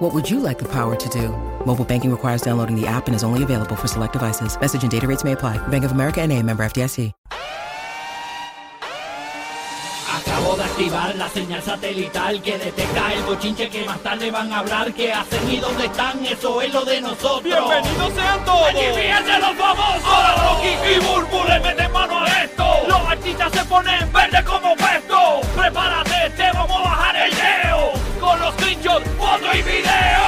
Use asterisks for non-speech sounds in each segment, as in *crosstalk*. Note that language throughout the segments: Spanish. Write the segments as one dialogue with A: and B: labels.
A: What would you like the power to do? Mobile banking requires downloading the app and is only available for select devices. Message and data rates may apply. Bank of America and a member FDIC.
B: Acabo de activar la señal satelital que detecta el bochinche que más tarde van a hablar. ¿Qué hacen y dónde están? Eso es lo de nosotros.
C: ¡Bienvenidos sean todos!
B: ¡Aquí fíjense los famosos! Ahora Rocky y Burbu le meten mano a esto. Los artistas se ponen verde como puesto. Prepárate, te vamos a bajar el leo. Con los trinchos, foto y video.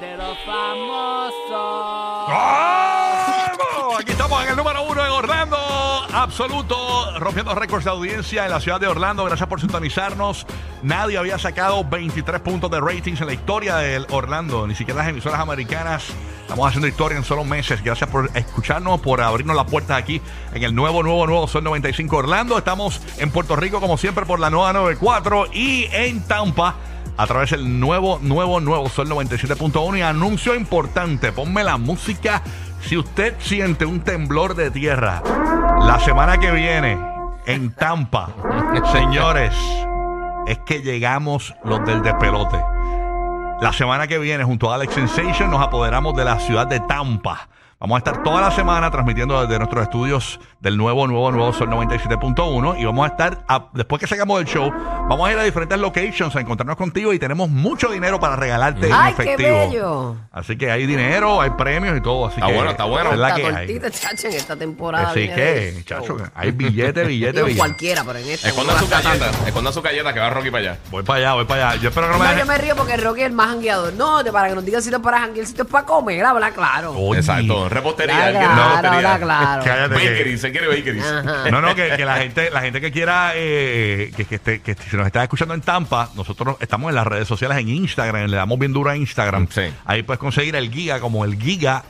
B: de los famosos.
C: ¡Vamos! Aquí estamos en el número uno en Orlando, absoluto, rompiendo récords de audiencia en la ciudad de Orlando. Gracias por sintonizarnos. Nadie había sacado 23 puntos de ratings en la historia del Orlando, ni siquiera las emisoras americanas. Estamos haciendo historia en solo meses. Gracias por escucharnos, por abrirnos las puertas aquí en el nuevo, nuevo, nuevo Sol 95 Orlando. Estamos en Puerto Rico, como siempre, por la nueva 94 y en Tampa a través del nuevo, nuevo, nuevo Sol 97.1 y anuncio importante, ponme la música si usted siente un temblor de tierra la semana que viene en
D: *laughs*
C: Tampa, señores, es que llegamos los del despelote. La semana que viene junto a Alex Sensation nos apoderamos de la ciudad de Tampa. Vamos a estar toda la semana transmitiendo desde nuestros estudios del nuevo, nuevo, nuevo Sol 97.1 y vamos a estar, a- después que salgamos del show, vamos a ir a diferentes locations a encontrarnos contigo y tenemos mucho dinero para regalarte
D: Mm. ¡Ay,
C: en
D: qué
C: efectivo.
D: bello!
C: Así que hay dinero, hay premios y todo. Así
E: Está
C: que
E: bueno, está bueno.
C: esa Es la
D: La
C: que hay.
D: tortita, chacho, en esta temporada.
C: Así
D: viene
C: que,
D: de
C: chacho,
D: show.
C: hay
D: *laughs*
C: billete, billete,
D: Digo,
C: billete.
D: cualquiera, pero en esta.
E: Esconda
D: no
E: su
D: va a estar
E: galleta, esconda su galleta que va Rocky para allá.
C: Voy para allá, voy para allá. Yo espero que no me
D: tanto. No,
C: dejen-
D: yo me río porque Rocky es el más jangueador. No, te- para que nos digan sitio para janguear, sitio es para comer, habla claro.
C: Oye,
E: Exacto, repostería.
D: Habla
E: él quiere
D: claro,
E: repostería.
D: habla claro.
C: Cállate que-
E: Bakeries, él quiere bakeries.
C: No, no, que, que la gente, la gente que quiera, eh, que, que, esté- que si nos está escuchando en Tampa, nosotros estamos en las redes sociales, en Instagram, le damos bien duro a Instagram.
E: Sí.
C: Ahí puedes conseguir el Giga como el Giga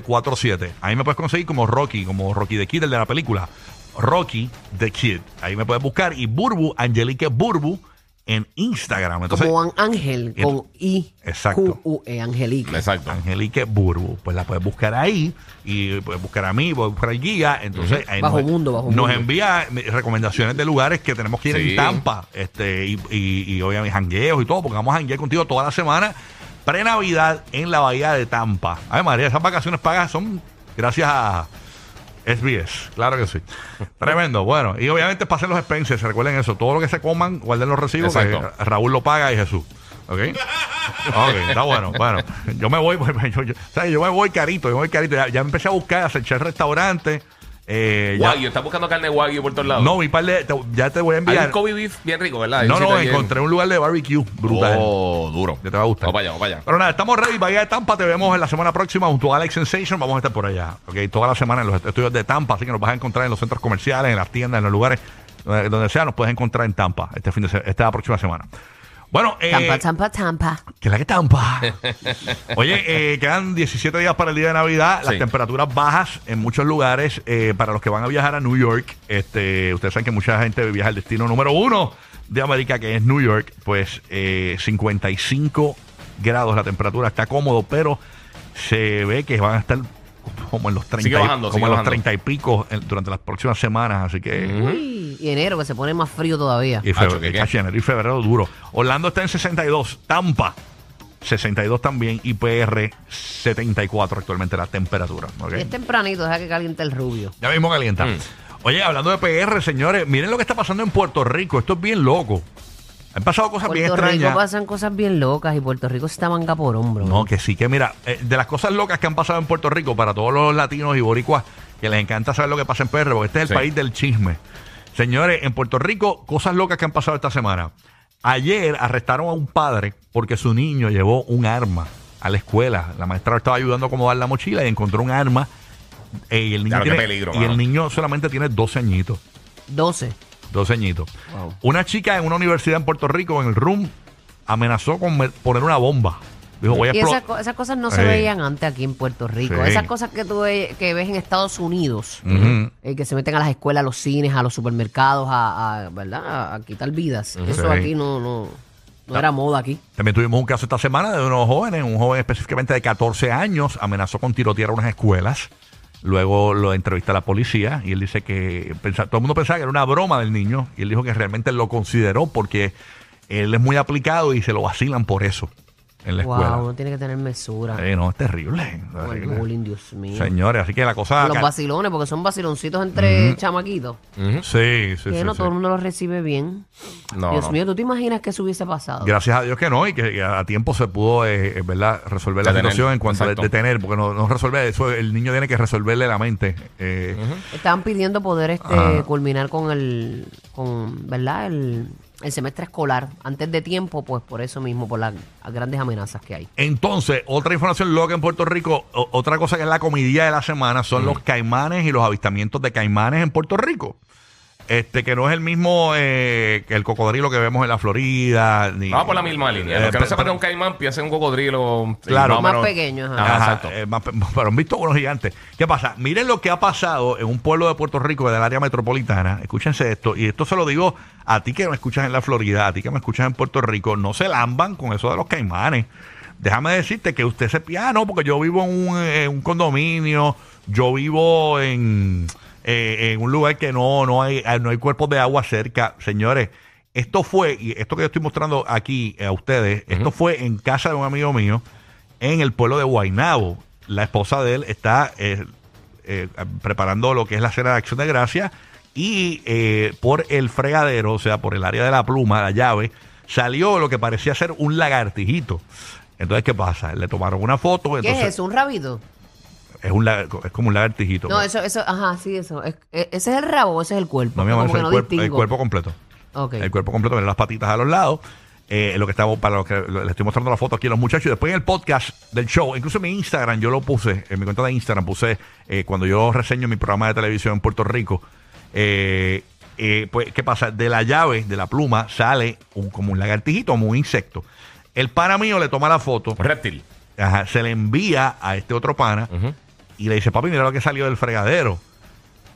C: 947. Ahí me puedes conseguir como Rocky, como Rocky the Kid, el de la película. Rocky the Kid. Ahí me puedes buscar. Y Burbu, Angelique Burbu, en Instagram. Entonces,
D: Como An- Ángel, con I.
C: Exacto.
D: Q, U, E, Angelica.
E: Exacto.
C: Angelique Burbu, pues la puedes buscar ahí y puedes buscar a mí, puedes buscar al guía. Entonces, ahí
D: Bajo
C: nos,
D: mundo, bajo
C: nos
D: mundo.
C: envía eh, recomendaciones de lugares que tenemos que ir
E: Sí.
C: en Tampa este, y, y, y obviamente jangueos y todo, porque vamos a janguear contigo toda la semana. Pre-Navidad en la Bahía de Tampa. Ay, María, esas vacaciones pagas son gracias a SBS, claro
E: *laughs*
C: que sí. Tremendo, bueno. Y obviamente pasen los expenses, recuerden eso. Todo lo que se coman, guarden los recibos, que
E: Exacto.
C: Raúl lo paga y Jesús. ¿Ok? Ok, está bueno. Bueno, yo me voy, *laughs* pues, yo, yo- ¿sabes? yo me voy carito, yo me voy carito. Ya, ya empecé a buscar, a acechar restaurantes. Eh, ya-
E: Wagyu, estás buscando carne wagyu por todos lados.
C: no, mi par de- te- ya te voy a
E: Hay un
C: enviar.
E: Kobe beef bien rico, ¿verdad?
C: No,
E: Ese
C: no,
E: está bien-
C: encontré un lugar de barbecue brutal.
E: Oh, duro.
C: Ya te va a gustar.
E: Vamos para allá, vamos para allá.
C: Pero nada, estamos ready. Bahía de Tampa, te vemos en la semana próxima junto a Alex Sensation. Vamos a estar por allá. Ok, toda la semana en los estudios de Tampa. Así que nos vas a encontrar en los centros comerciales, en las tiendas, en los lugares eh, donde sea. Nos puedes encontrar en Tampa este fin de se- esta próxima semana. Bueno, eh,
D: Tampa, tampa, tampa.
C: que la que tampa.
E: *laughs*
C: Oye, eh, quedan 17 días para el día de Navidad. Las
E: Sí.
C: temperaturas bajas en muchos lugares. eh, para los que van a viajar a New York, este, ustedes saben que mucha gente viaja al destino número uno de América, que es New York. Pues eh, 55 grados la temperatura. Está cómodo, pero se ve que van a estar como en los 30,
E: Sigue
C: y-
E: bajando,
C: como
E: sigue
C: en los
E: bajando. Mm.
C: 30 y pico en- durante las próximas semanas. Así que...
D: Uy, y enero, que se pone más frío todavía.
C: Y
E: Hacho,
C: febrero,
E: ¿qué, qué?
C: cacho, enero y febrero duro. Orlando está en 62, Tampa 62 también y PR 74 actualmente la temperatura. ¿ok?
D: Y es tempranito, deja que caliente el rubio.
C: Ya mismo calienta.
E: Mm.
C: Oye, hablando de PR, señores, miren lo que está pasando en Puerto Rico. Esto es bien loco. Han pasado cosas bien
D: Puerto Rico
C: extrañas.
D: pasan cosas bien locas y Puerto Rico se está manga por hombro.
C: No, que sí, que mira, eh, de las cosas locas que han pasado en Puerto Rico para todos los latinos y boricuas que les encanta saber lo que pasa en PR, porque este es el
E: Sí.
C: país del chisme. Señores, en Puerto Rico, cosas locas que han pasado esta semana. Ayer arrestaron a un padre porque su niño llevó un arma a la escuela. La maestra lo estaba ayudando a acomodar la mochila y encontró un arma. eh, y el niño,
E: Claro, qué
C: tiene-
E: peligro,
C: y el
E: mano.
C: niño solamente tiene 12 añitos.
D: 12.
C: 12 añitos. Una chica en una universidad en Puerto Rico, en el RUM, amenazó con me- poner una bomba Dijo, voy a
D: Y
C: explo-
D: esas, co- esas cosas no
C: Sí.
D: se veían antes aquí en Puerto Rico.
C: Sí.
D: Esas cosas que tú ve- que ves en Estados Unidos,
C: Ujú.
D: eh, que se meten a las escuelas, a los cines, a los supermercados, a, a- ¿verdad? A, a quitar vidas. Eso
C: Sí.
D: aquí no, no, no era moda aquí.
C: También tuvimos un caso esta semana de unos jóvenes, un joven específicamente de 14 años, amenazó con tirotear a unas escuelas. Luego lo entrevista a la policía y él dice que pensa- todo el mundo pensaba que era una broma del niño y él dijo que realmente lo consideró porque él es muy aplicado y se lo vacilan por eso en la escuela.
D: Wow, uno tiene que tener mesura.
C: Eh, no, es terrible.
D: Con el
C: terrible.
D: bullying, Dios mío.
C: Señores, así que la cosa...
D: Los
C: ca-
D: vacilones, porque son vaciloncitos entre chamaquitos.
C: sí, sí,
D: que
C: sí,
D: no
C: sí.
D: todo el mundo los recibe bien.
E: No,
D: Dios
E: no.
D: mío, ¿tú te imaginas que eso hubiese pasado?
C: Gracias a Dios que no y que que a tiempo se pudo eh, eh, ¿verdad? resolver la
E: Detener,
C: situación en cuanto a
E: exacto.
C: detener, porque no, no resuelve eso, el niño tiene que resolverle la mente. eh,
D: Estaban pidiendo poder este
C: Ajá.
D: culminar con el, con, ¿verdad? El, el semestre escolar antes de tiempo, pues por eso mismo, por las grandes amenazas que hay.
C: Entonces, otra información loca en Puerto Rico, o- otra cosa que es la comidilla de la semana son los caimanes y los avistamientos de caimanes en Puerto Rico. Este, que no es el mismo eh, que el cocodrilo que vemos en la Florida. Ni,
E: Vamos por la misma línea. Los
C: Eh,
E: que
C: pe-
E: no sepan de
C: pe-
E: un caimán, piensen en un cocodrilo.
C: Claro.
E: o
D: Más
E: menos-
D: pequeños, ajá.
E: Ajá,
C: Ajá,
E: exacto.
C: eh, más pe- pero han visto unos gigantes. ¿Qué pasa? Miren lo que ha pasado en un pueblo de Puerto Rico, del área metropolitana. Escúchense esto. Y esto se lo digo a ti que me escuchas en la Florida, a ti que me escuchas en Puerto Rico. No se lamban con eso de los caimanes. Déjame decirte que usted se piano, no, porque yo vivo en un, eh, un condominio, yo vivo en, eh, en un lugar que no, no, hay, ah, no hay cuerpos de agua cerca. Señores, esto fue, y esto que yo estoy mostrando aquí eh, a ustedes, esto fue en casa de un amigo mío en el pueblo de Guaynabo. La esposa de él está eh, eh, preparando lo que es la cena de acción de gracia y eh, por el fregadero, o sea, por el área de la pluma, la llave, salió lo que parecía ser un lagartijito. Entonces, ¿qué pasa? Le tomaron una foto.
D: ¿Qué
C: entonces,
D: es eso? ¿Un rabito?
C: es un lagar- es como un lagartijito. pues.
D: No, eso, eso, ajá, sí, eso. Es- e- ese es el rabo, ese es el cuerpo.
C: No, mi amor, es
D: Como
C: el,
D: que no
C: cuerpo, el
D: distingo.
C: cuerpo completo.
D: Ok.
C: El cuerpo completo, mira las patitas a los lados. Eh, lo que estamos, para lo que lo- le estoy mostrando la foto aquí a los muchachos. Y después en el podcast del show, incluso en mi Instagram, yo lo puse, en mi cuenta de Instagram, puse eh, cuando yo reseño mi programa de televisión en Puerto Rico. eh, eh, pues, ¿qué pasa? De la llave, de la pluma, sale un, como un lagartijito, como un insecto. El pana mío le toma la foto,
E: Reptil.
C: ajá, se le envía a este otro pana y le dice, papi, mira lo que salió del fregadero.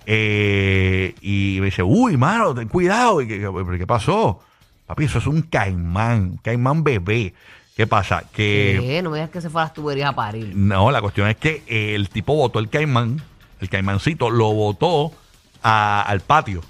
C: Eh, y me dice, uy, mano, ten cuidado. ¿Y qué, qué- qué pasó? Papi, eso es un caimán, un caimán bebé. ¿Qué pasa? Que
D: ¿Qué? No me digas que se fue a las tuberías a parir.
C: no, la cuestión es que eh, el tipo botó el caimán, el caimancito lo botó a- al patio.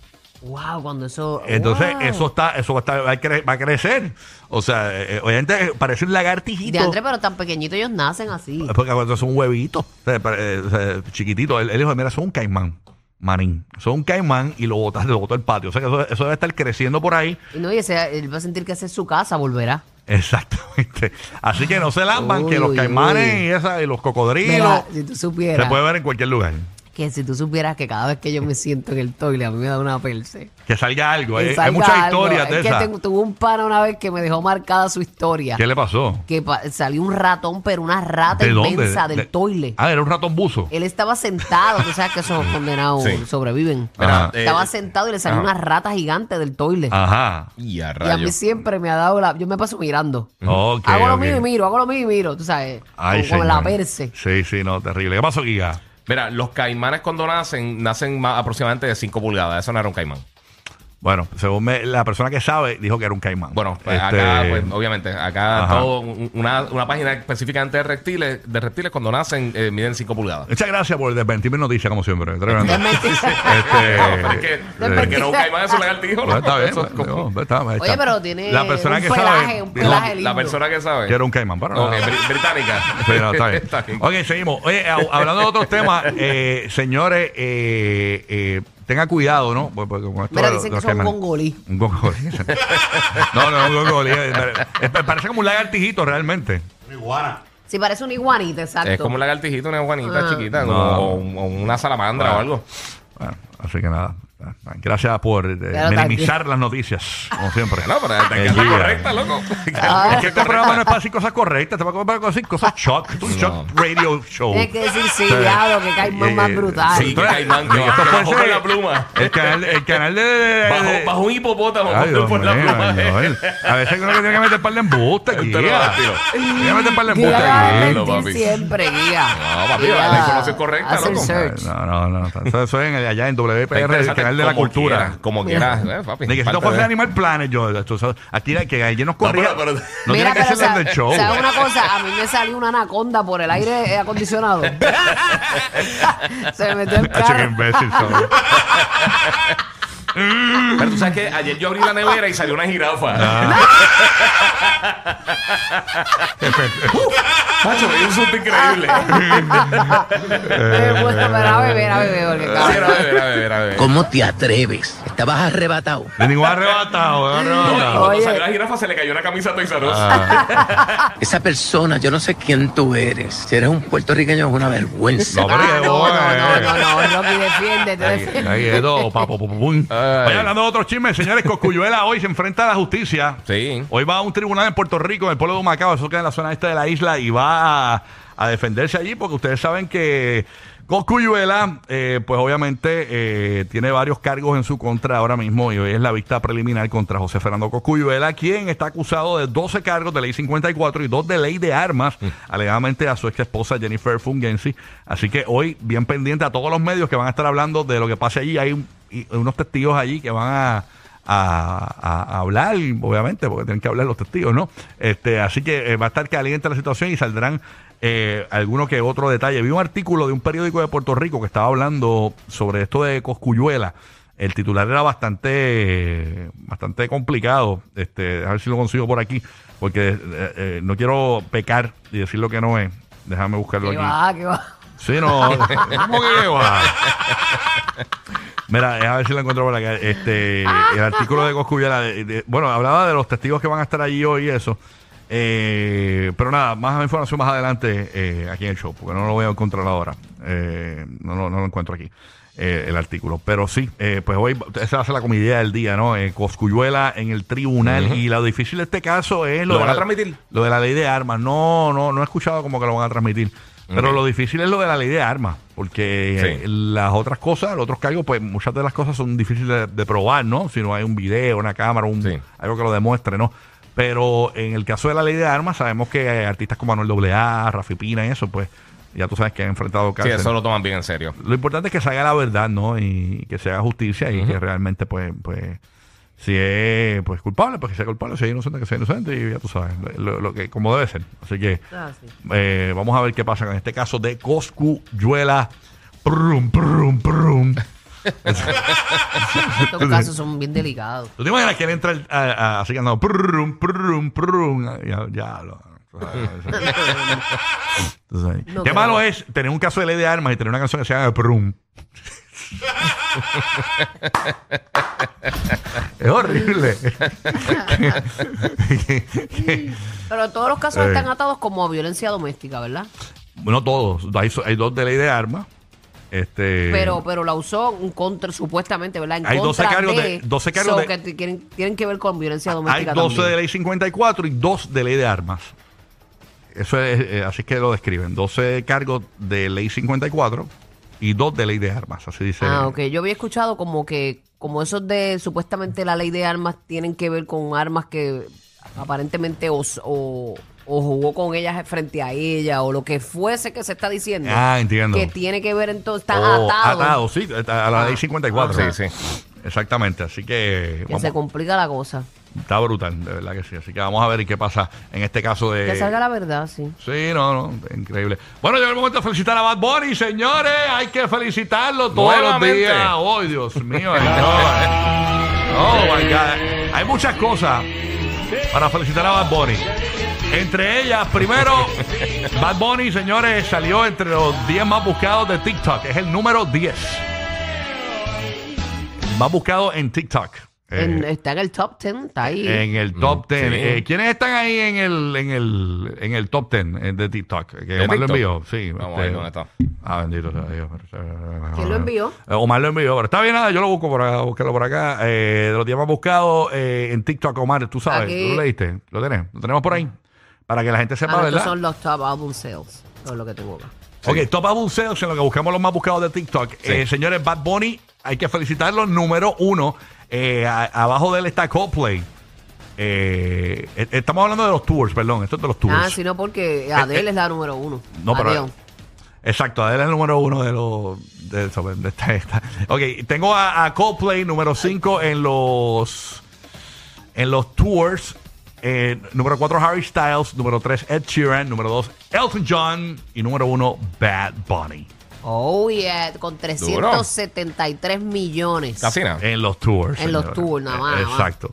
D: Wow, cuando eso.
C: Entonces,
D: wow.
C: eso está, eso va a, estar- va a cre- va a crecer. O sea, eh, obviamente parece un
D: De
C: lagartijito.
D: André, pero tan pequeñitos ellos nacen así.
C: Es Porque cuando es un huevito, o sea, pa- eh, o sea, chiquitito, él, él dijo, mira, son un caimán, manín. Son un caimán y lo botas, lo botó al patio. O sea que eso, eso debe estar creciendo por ahí. *laughs*
D: Y no, y ese- él va a sentir que esa es su casa, volverá.
C: Exactamente. Así que no se lamban
D: Uy,
C: que los
D: uy,
C: caimanes
D: uy.
C: y, esa, y los cocodrilos
D: Mira, si tú
C: se
D: supieras.
C: puede ver en cualquier lugar.
D: Que si tú supieras que cada vez que yo me siento en el toilet a mí me da una perse.
C: Que salga algo. Pues,
D: Que
C: Hay, hay
D: salga
C: muchas
D: algo.
C: historias
D: Es
C: de
D: que
C: esas.
D: tengo- tuve un pana una vez que me dejó marcada su historia.
C: ¿Qué le pasó?
D: Que pa- salió un ratón, pero una rata
C: ¿De dónde?
D: inmensa
C: De-
D: del
C: de-
D: toilet.
C: Ah, era un ratón buzo.
D: Él estaba sentado, tú sabes
C: *laughs*
D: que esos condenados
E: Sí.
D: sobreviven.
E: Mira, eh,
D: estaba sentado y le salió
E: ajá.
D: una rata gigante del toilet.
C: Ah, Ajá.
E: Y
D: y
E: a
D: a mí
E: rayos.
D: siempre me ha dado la... Yo me paso mirando.
C: Ok.
D: hago lo
C: ok.
D: mío y miro, hago lo mío y miro, tú sabes.
C: Ay,
D: con, con la
C: señor.
D: perse.
C: Sí, sí, no, terrible. ¿Qué pasó, Giga?
E: Mira, los caimanes cuando nacen, nacen más aproximadamente de 5 pulgadas. Eso no era un caimán.
C: Bueno, según me- la persona que sabe, dijo que era un caimán.
E: Bueno, pues,
C: Este,
E: acá, pues, obviamente, acá
C: Ajá.
E: todo, un- una, una página específicamente de reptiles, de reptiles cuando nacen eh, miden 5 pulgadas.
C: Muchas gracias por desmentirme noticias, como siempre.
D: *laughs*
C: Tremendo.
D: Desmentir. *laughs*
E: No, *laughs* pero es
C: *laughs*
E: que,
C: este,
E: pero es que no un caimán es un lagartijo.
C: bueno, pues, está bien.
E: Eso es como-
C: bueno, está bien,
D: Oye,
C: está.
D: pero tiene
C: La persona
D: un
C: que
D: pelaje,
C: sabe.
D: un
C: dijo
D: pelaje. lindo.
E: la persona que sabe.
C: que era un caimán, pero no.
E: Ok, br- británica.
C: Sí, no,
D: *laughs*
C: está
E: *laughs*
C: bien. Ok, seguimos. Oye, hab- hablando de otros temas, eh, señores, eh, eh, tenga cuidado, ¿no? Porque con esto
D: Mira,
C: de los-
D: dicen
C: de
D: que
C: los
D: son
C: caimanes.
D: gongolí.
C: Un gongolí. *laughs* no, no, un gongolí. Eh, pare- eh, Parece como un lagartijito realmente.
D: Si parece un iguanita, exacto.
E: Es como un lagartijito, una guanita
D: Ah.
E: chiquita,
C: No. Ah.
E: o, o una salamandra
C: Bueno.
E: o algo.
C: Bueno, así que nada. Gracias por eh,
D: Pero
C: minimizar las noticias, como siempre.
E: No,
C: *laughs*
E: pero está
C: Eh,
E: que es la
C: sí,
E: correcta,
C: eh.
E: loco.
D: Ah.
C: Es que este programa no es para decir cosas correctas, te va a para decir cosas shock. Es un
E: No.
C: shock radio show.
D: Tienes Ah. que decir sí,
C: Sí.
D: diablo, que Caimán más
C: Eh,
D: brutal.
E: Sí, que
C: Entonces,
E: Caimán, que
C: esto
E: bajó-
C: puede
E: bajó
C: ser-
E: con la pluma.
C: El canal, el canal de. de-
E: *laughs* Bajo, bajo un hipopótamo
C: Ay, Dios
E: por la
C: mío,
E: pluma. eh.
C: ay, Dios. A veces uno que tiene que meter par de embuste aquí.
E: Te lo
C: guía.
E: das, tío.
C: Tiene que meter par de
D: Guía
C: embuste
D: va a
C: aquí.
E: Tranquilo,
D: mentir
E: papi.
D: siempre, guía.
E: No, papi, la
D: Guía,
E: información correcta,
D: haz el
E: loco.
D: search.
C: No, no, no. Eso, eso es en el- allá en
E: Está
C: WPR, el
E: interesante
C: canal de la
E: como
C: cultura.
E: quiera, como quieras, eh, papi.
C: De que si no
E: Parte
C: fuese
E: de-
C: Animal Planet, yo, esto, ¿sabes? aquí la que ayer nos corría.
E: pero-
C: no
E: *laughs* pero-
C: tiene que
D: pero
C: ser
D: sa-
C: del show.
D: ¿sabes una cosa? A mí me salió una anaconda por el aire
C: *laughs*
D: acondicionado. Se me metió el
C: Hacho, qué
D: carro.
C: imbécil, ¿sabes?
E: Pero tú sabes que ayer yo abrí la nevera y salió una jirafa. *laughs* Macho, me dio un susto increíble.
D: Eh, bueno, pero a beber, a beber,
C: eh,
D: porque
E: A ver, a
D: cabrón.
E: ver, a ver, a ver.
F: ¿Cómo te atreves? Estabas arrebatado.
C: De ningún arrebatado, de ningún
E: No, y
C: arrebatado.
E: cuando
D: Oye.
E: salió la jirafa se le cayó la camisa a Toys R Us.
F: Esa persona, yo no sé quién tú eres. Si eres un puertorriqueño es una vergüenza.
C: No, pero
D: Ah,
C: qué
D: no,
C: bola,
D: no, no,
C: eh.
D: no, no, Rocky, defiende, te
C: Ahí,
D: defiende.
C: ahí quedó, papo, pum, pum.
E: Ay.
C: Oye, hablando de otros chismes, señores, Coscuyuela hoy se enfrenta a la justicia.
E: Sí.
C: Hoy va a un tribunal en Puerto Rico, en el pueblo de Macao, eso queda en la zona este de la isla, y va a, a defenderse allí, porque ustedes saben que Coscuyuela, eh, pues obviamente eh, tiene varios cargos en su contra ahora mismo, y hoy es la vista preliminar contra José Fernando Coscuyuela, quien está acusado de 12 cargos de ley 54 y 2 de ley de armas, alegadamente a su ex esposa Jennifer Fungensi. Así que hoy, bien pendiente a todos los medios que van a estar hablando de lo que pase allí, hay un- y- unos testigos allí que van a a, a- a hablar, obviamente, porque tienen que hablar los testigos, ¿no? Este, así que eh, va a estar caliente la situación y saldrán eh, alguno que otro detalle. Vi un artículo de un periódico de Puerto Rico que estaba hablando sobre esto de Coscuyuela. El titular era bastante, bastante complicado. Este, a ver si lo consigo por aquí, porque eh, eh, no quiero pecar y decir lo que no es. Déjame buscarlo
D: Que
C: aquí.
D: va, que va.
C: Sí,
E: *laughs*
C: no. ¿Cómo que qué va? Mira, eh, a ver si la encuentro por acá. Este, el artículo de Coscuyela. de- de- bueno, hablaba de los testigos que van a estar allí hoy y eso. Eh, pero nada, más información más adelante eh, aquí en el show, porque no lo voy a encontrar ahora. Eh, no, no, no lo encuentro aquí, eh, el artículo. Pero sí, eh, pues hoy esa va a ser la comida del día, ¿no? Eh, Coscuyuela en el tribunal. Y lo difícil de este caso es lo,
E: ¿Lo
C: de
E: van a
C: la-
E: transmitir?
C: lo de la ley de armas, no, no, no he escuchado como que lo van a transmitir. Pero lo difícil es lo de la ley de armas, porque
E: Sí.
C: eh, las otras cosas, los otros cargos, pues muchas de las cosas son difíciles de, de probar, ¿no? Si no hay un video, una cámara, un,
E: Sí.
C: algo que lo demuestre, ¿no? Pero en el caso de la ley de armas, sabemos que eh, artistas como Manuel AA, Rafi Pina y eso, pues ya tú sabes que han enfrentado
E: Sí,
C: cárcel.
E: eso lo toman bien en serio.
C: Lo importante es que se haga la verdad, ¿no? Y que se haga justicia y que realmente, pues, pues, si es pues, culpable, pues que sea culpable, si es inocente, que sea inocente, y ya tú sabes, lo, lo que, como debe ser. Así que
D: Ah, sí.
C: eh, vamos a ver qué pasa con este caso de Coscuyuela. Prum, prum, prum. *laughs*
D: Estos casos son bien delicados.
C: ¿Tú te imaginas que él entra el- a- a- así andando? Prum, prum, prum. Ya, ya lo. Tú sabes.
D: No
C: Qué
D: creo.
C: malo es tener un caso de ley de armas y tener una canción que se llama Prum. es
D: *laughs*
C: horrible. *laughs*
D: Pero todos los casos
C: Eh.
D: están atados como a violencia doméstica, ¿verdad?
C: no todos. Hay, so- hay dos de ley de armas. Este,
D: Pero, pero la usó en contra, supuestamente, ¿verdad? En
C: Hay 12
D: contra
C: cargos de- 12 cargos
D: so
C: de-
D: que t- tienen, tienen que ver con violencia
C: Hay
D: doméstica
C: 12
D: también.
C: de ley 54 y 2 de ley de armas. Eso es, eh, así que lo describen. 12 cargos de ley 54 y 2 de ley de armas. Así dice.
D: Ah, ok. Yo había escuchado como que, como esos de supuestamente la ley de armas tienen que ver con armas que aparentemente os- o, o jugó con ellas frente a ella o lo que fuese que se está diciendo.
C: Ah, entiendo.
D: Que tiene que ver entonces, está
C: O
D: atado.
C: Oh, ah, atado, sí, a a la
D: Ah,
C: ley 54.
E: ajá. Sí,
C: Exactamente. Así que.
D: Que
C: vamos,
D: se complica la cosa.
C: está brutal, de verdad que sí. Así que vamos a ver qué pasa en este caso de.
D: que salga la verdad, sí.
C: Sí, no, no, increíble. Bueno, llegó el momento de felicitar a Bad Bunny, señores. Hay que felicitarlo todos
E: Nuevamente.
C: los días. Oh, Dios mío. señor. oh, my God. Hay muchas cosas para felicitar a Bad Bunny. Entre ellas, primero, Bad Bunny, señores, salió entre los 10 más buscados de TikTok. Es el número 10. Más buscado en TikTok. Eh,
D: En- está en el top 10, está ahí. Ah,
C: en el top
E: Mm,
C: 10.
E: sí.
C: Eh, ¿Quiénes están ahí en el, en el, en el top 10 eh, de TikTok? Que
E: ¿De
C: Omar lo
E: TikTok?
C: envió. Sí.
E: Vamos
C: este,
E: a ver dónde está.
C: Ah, bendito sea Dios.
D: ¿Quién lo envió?
C: Eh, Omar lo envió. Pero está bien, nada, yo lo busco por acá, búscalo por acá. Eh, de los días más buscados eh, en TikTok, Omar, tú sabes,
D: Aquí.
C: tú lo leíste, lo tenemos, lo tenemos por ahí. Para que la gente sepa,
D: Ah, no, estos
C: ¿verdad?
D: son los top album sales. Eso es lo que tengo acá.
C: Ok, Top Album Sales, en lo que buscamos los más buscados de TikTok. Eh, señores, Bad Bunny, hay que felicitarlo, número uno. Eh, a- abajo de él está Coldplay. Eh, eh, estamos hablando de los tours, perdón, esto es de los tours.
D: Ah, sino porque Adele es la número uno.
C: Eh, No, pero-
D: Adiós.
C: Exacto, Adele es el número uno de los. De, eso, de esta, esta. Ok, tengo a, a Coldplay número 5 en los. En los tours. Eh, número 4, Harry Styles. Número 3, Ed Sheeran. Número 2, Elton John. Y número 1, Bad Bunny.
D: Oh, yeah, con 373 millones.
E: Casi nada.
C: En los tours.
D: En los
C: señores.
D: tours, nada más,
C: Eh,
D: nada más.
C: Exacto.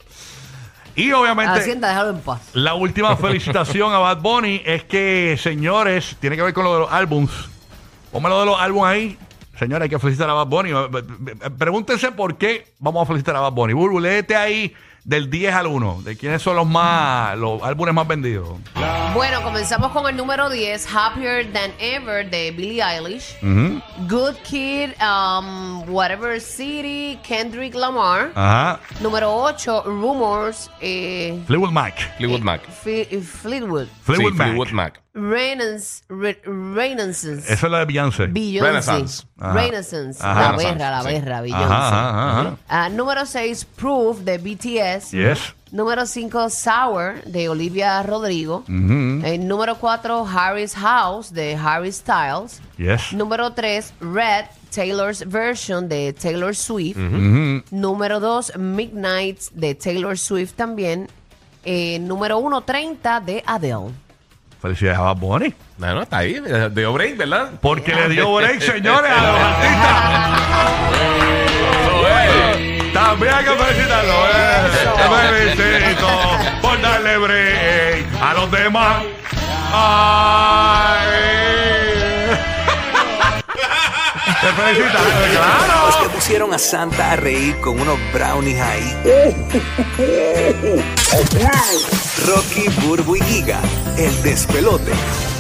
C: Y obviamente.
D: Hacienda, déjalo en paz.
C: La
E: *laughs*
C: última felicitación a Bad Bunny es que, señores, tiene que ver con lo de los álbums. Ponme lo de los álbums ahí. Señores, hay que felicitar a Bad Bunny. Eh, Pregúntense por qué vamos a felicitar a Bad Bunny. Burbuléete ahí del 10 al 1. ¿De quiénes son los más los álbumes más vendidos?
D: Bueno, comenzamos con el número 10, Happier Than Ever, de Billie Eilish. Good Kid, um, Whatever City, Kendrick Lamar.
C: Ajá.
D: Número 8, Rumors, eh,
C: Fleetwood Mac.
E: Fleetwood Mac.
D: Fi- eh, Fleetwood.
C: Fleetwood
E: Sí,
C: Mac.
E: Fleetwood Mac.
D: Renaissance. Re- Renaissance.
C: Esa es la de Beyoncé.
D: Beyoncé.
E: Renaissance.
C: Ajá.
D: Renaissance.
C: Ajá.
D: La
E: Renaissance,
D: berra, la
E: sí.
D: berra, Beyoncé.
C: Ajá, ajá, ajá.
D: Ah, número 6, Proof de BTS.
C: Yes.
D: Número 5, Sour de Olivia Rodrigo. Eh, número 4, Harry's House de Harry Styles.
C: Yes.
D: Número 3, Red, Taylor's Version de Taylor Swift. Número 2, Midnight de Taylor Swift también. Eh, número 1, 30 de Adele.
C: Felicidades a Bad Bunny.
E: No, no, está ahí. De break, ¿verdad?
C: Porque le dio break, señores, a los artistas. También hay que felicitarlo. eh. Te felicito por darle break a los demás. Ay. *laughs* Te felicita, claro.
G: Los que pusieron a Santa a reír con unos brownies ahí. Rocky, Burbu y Giga, el despelote.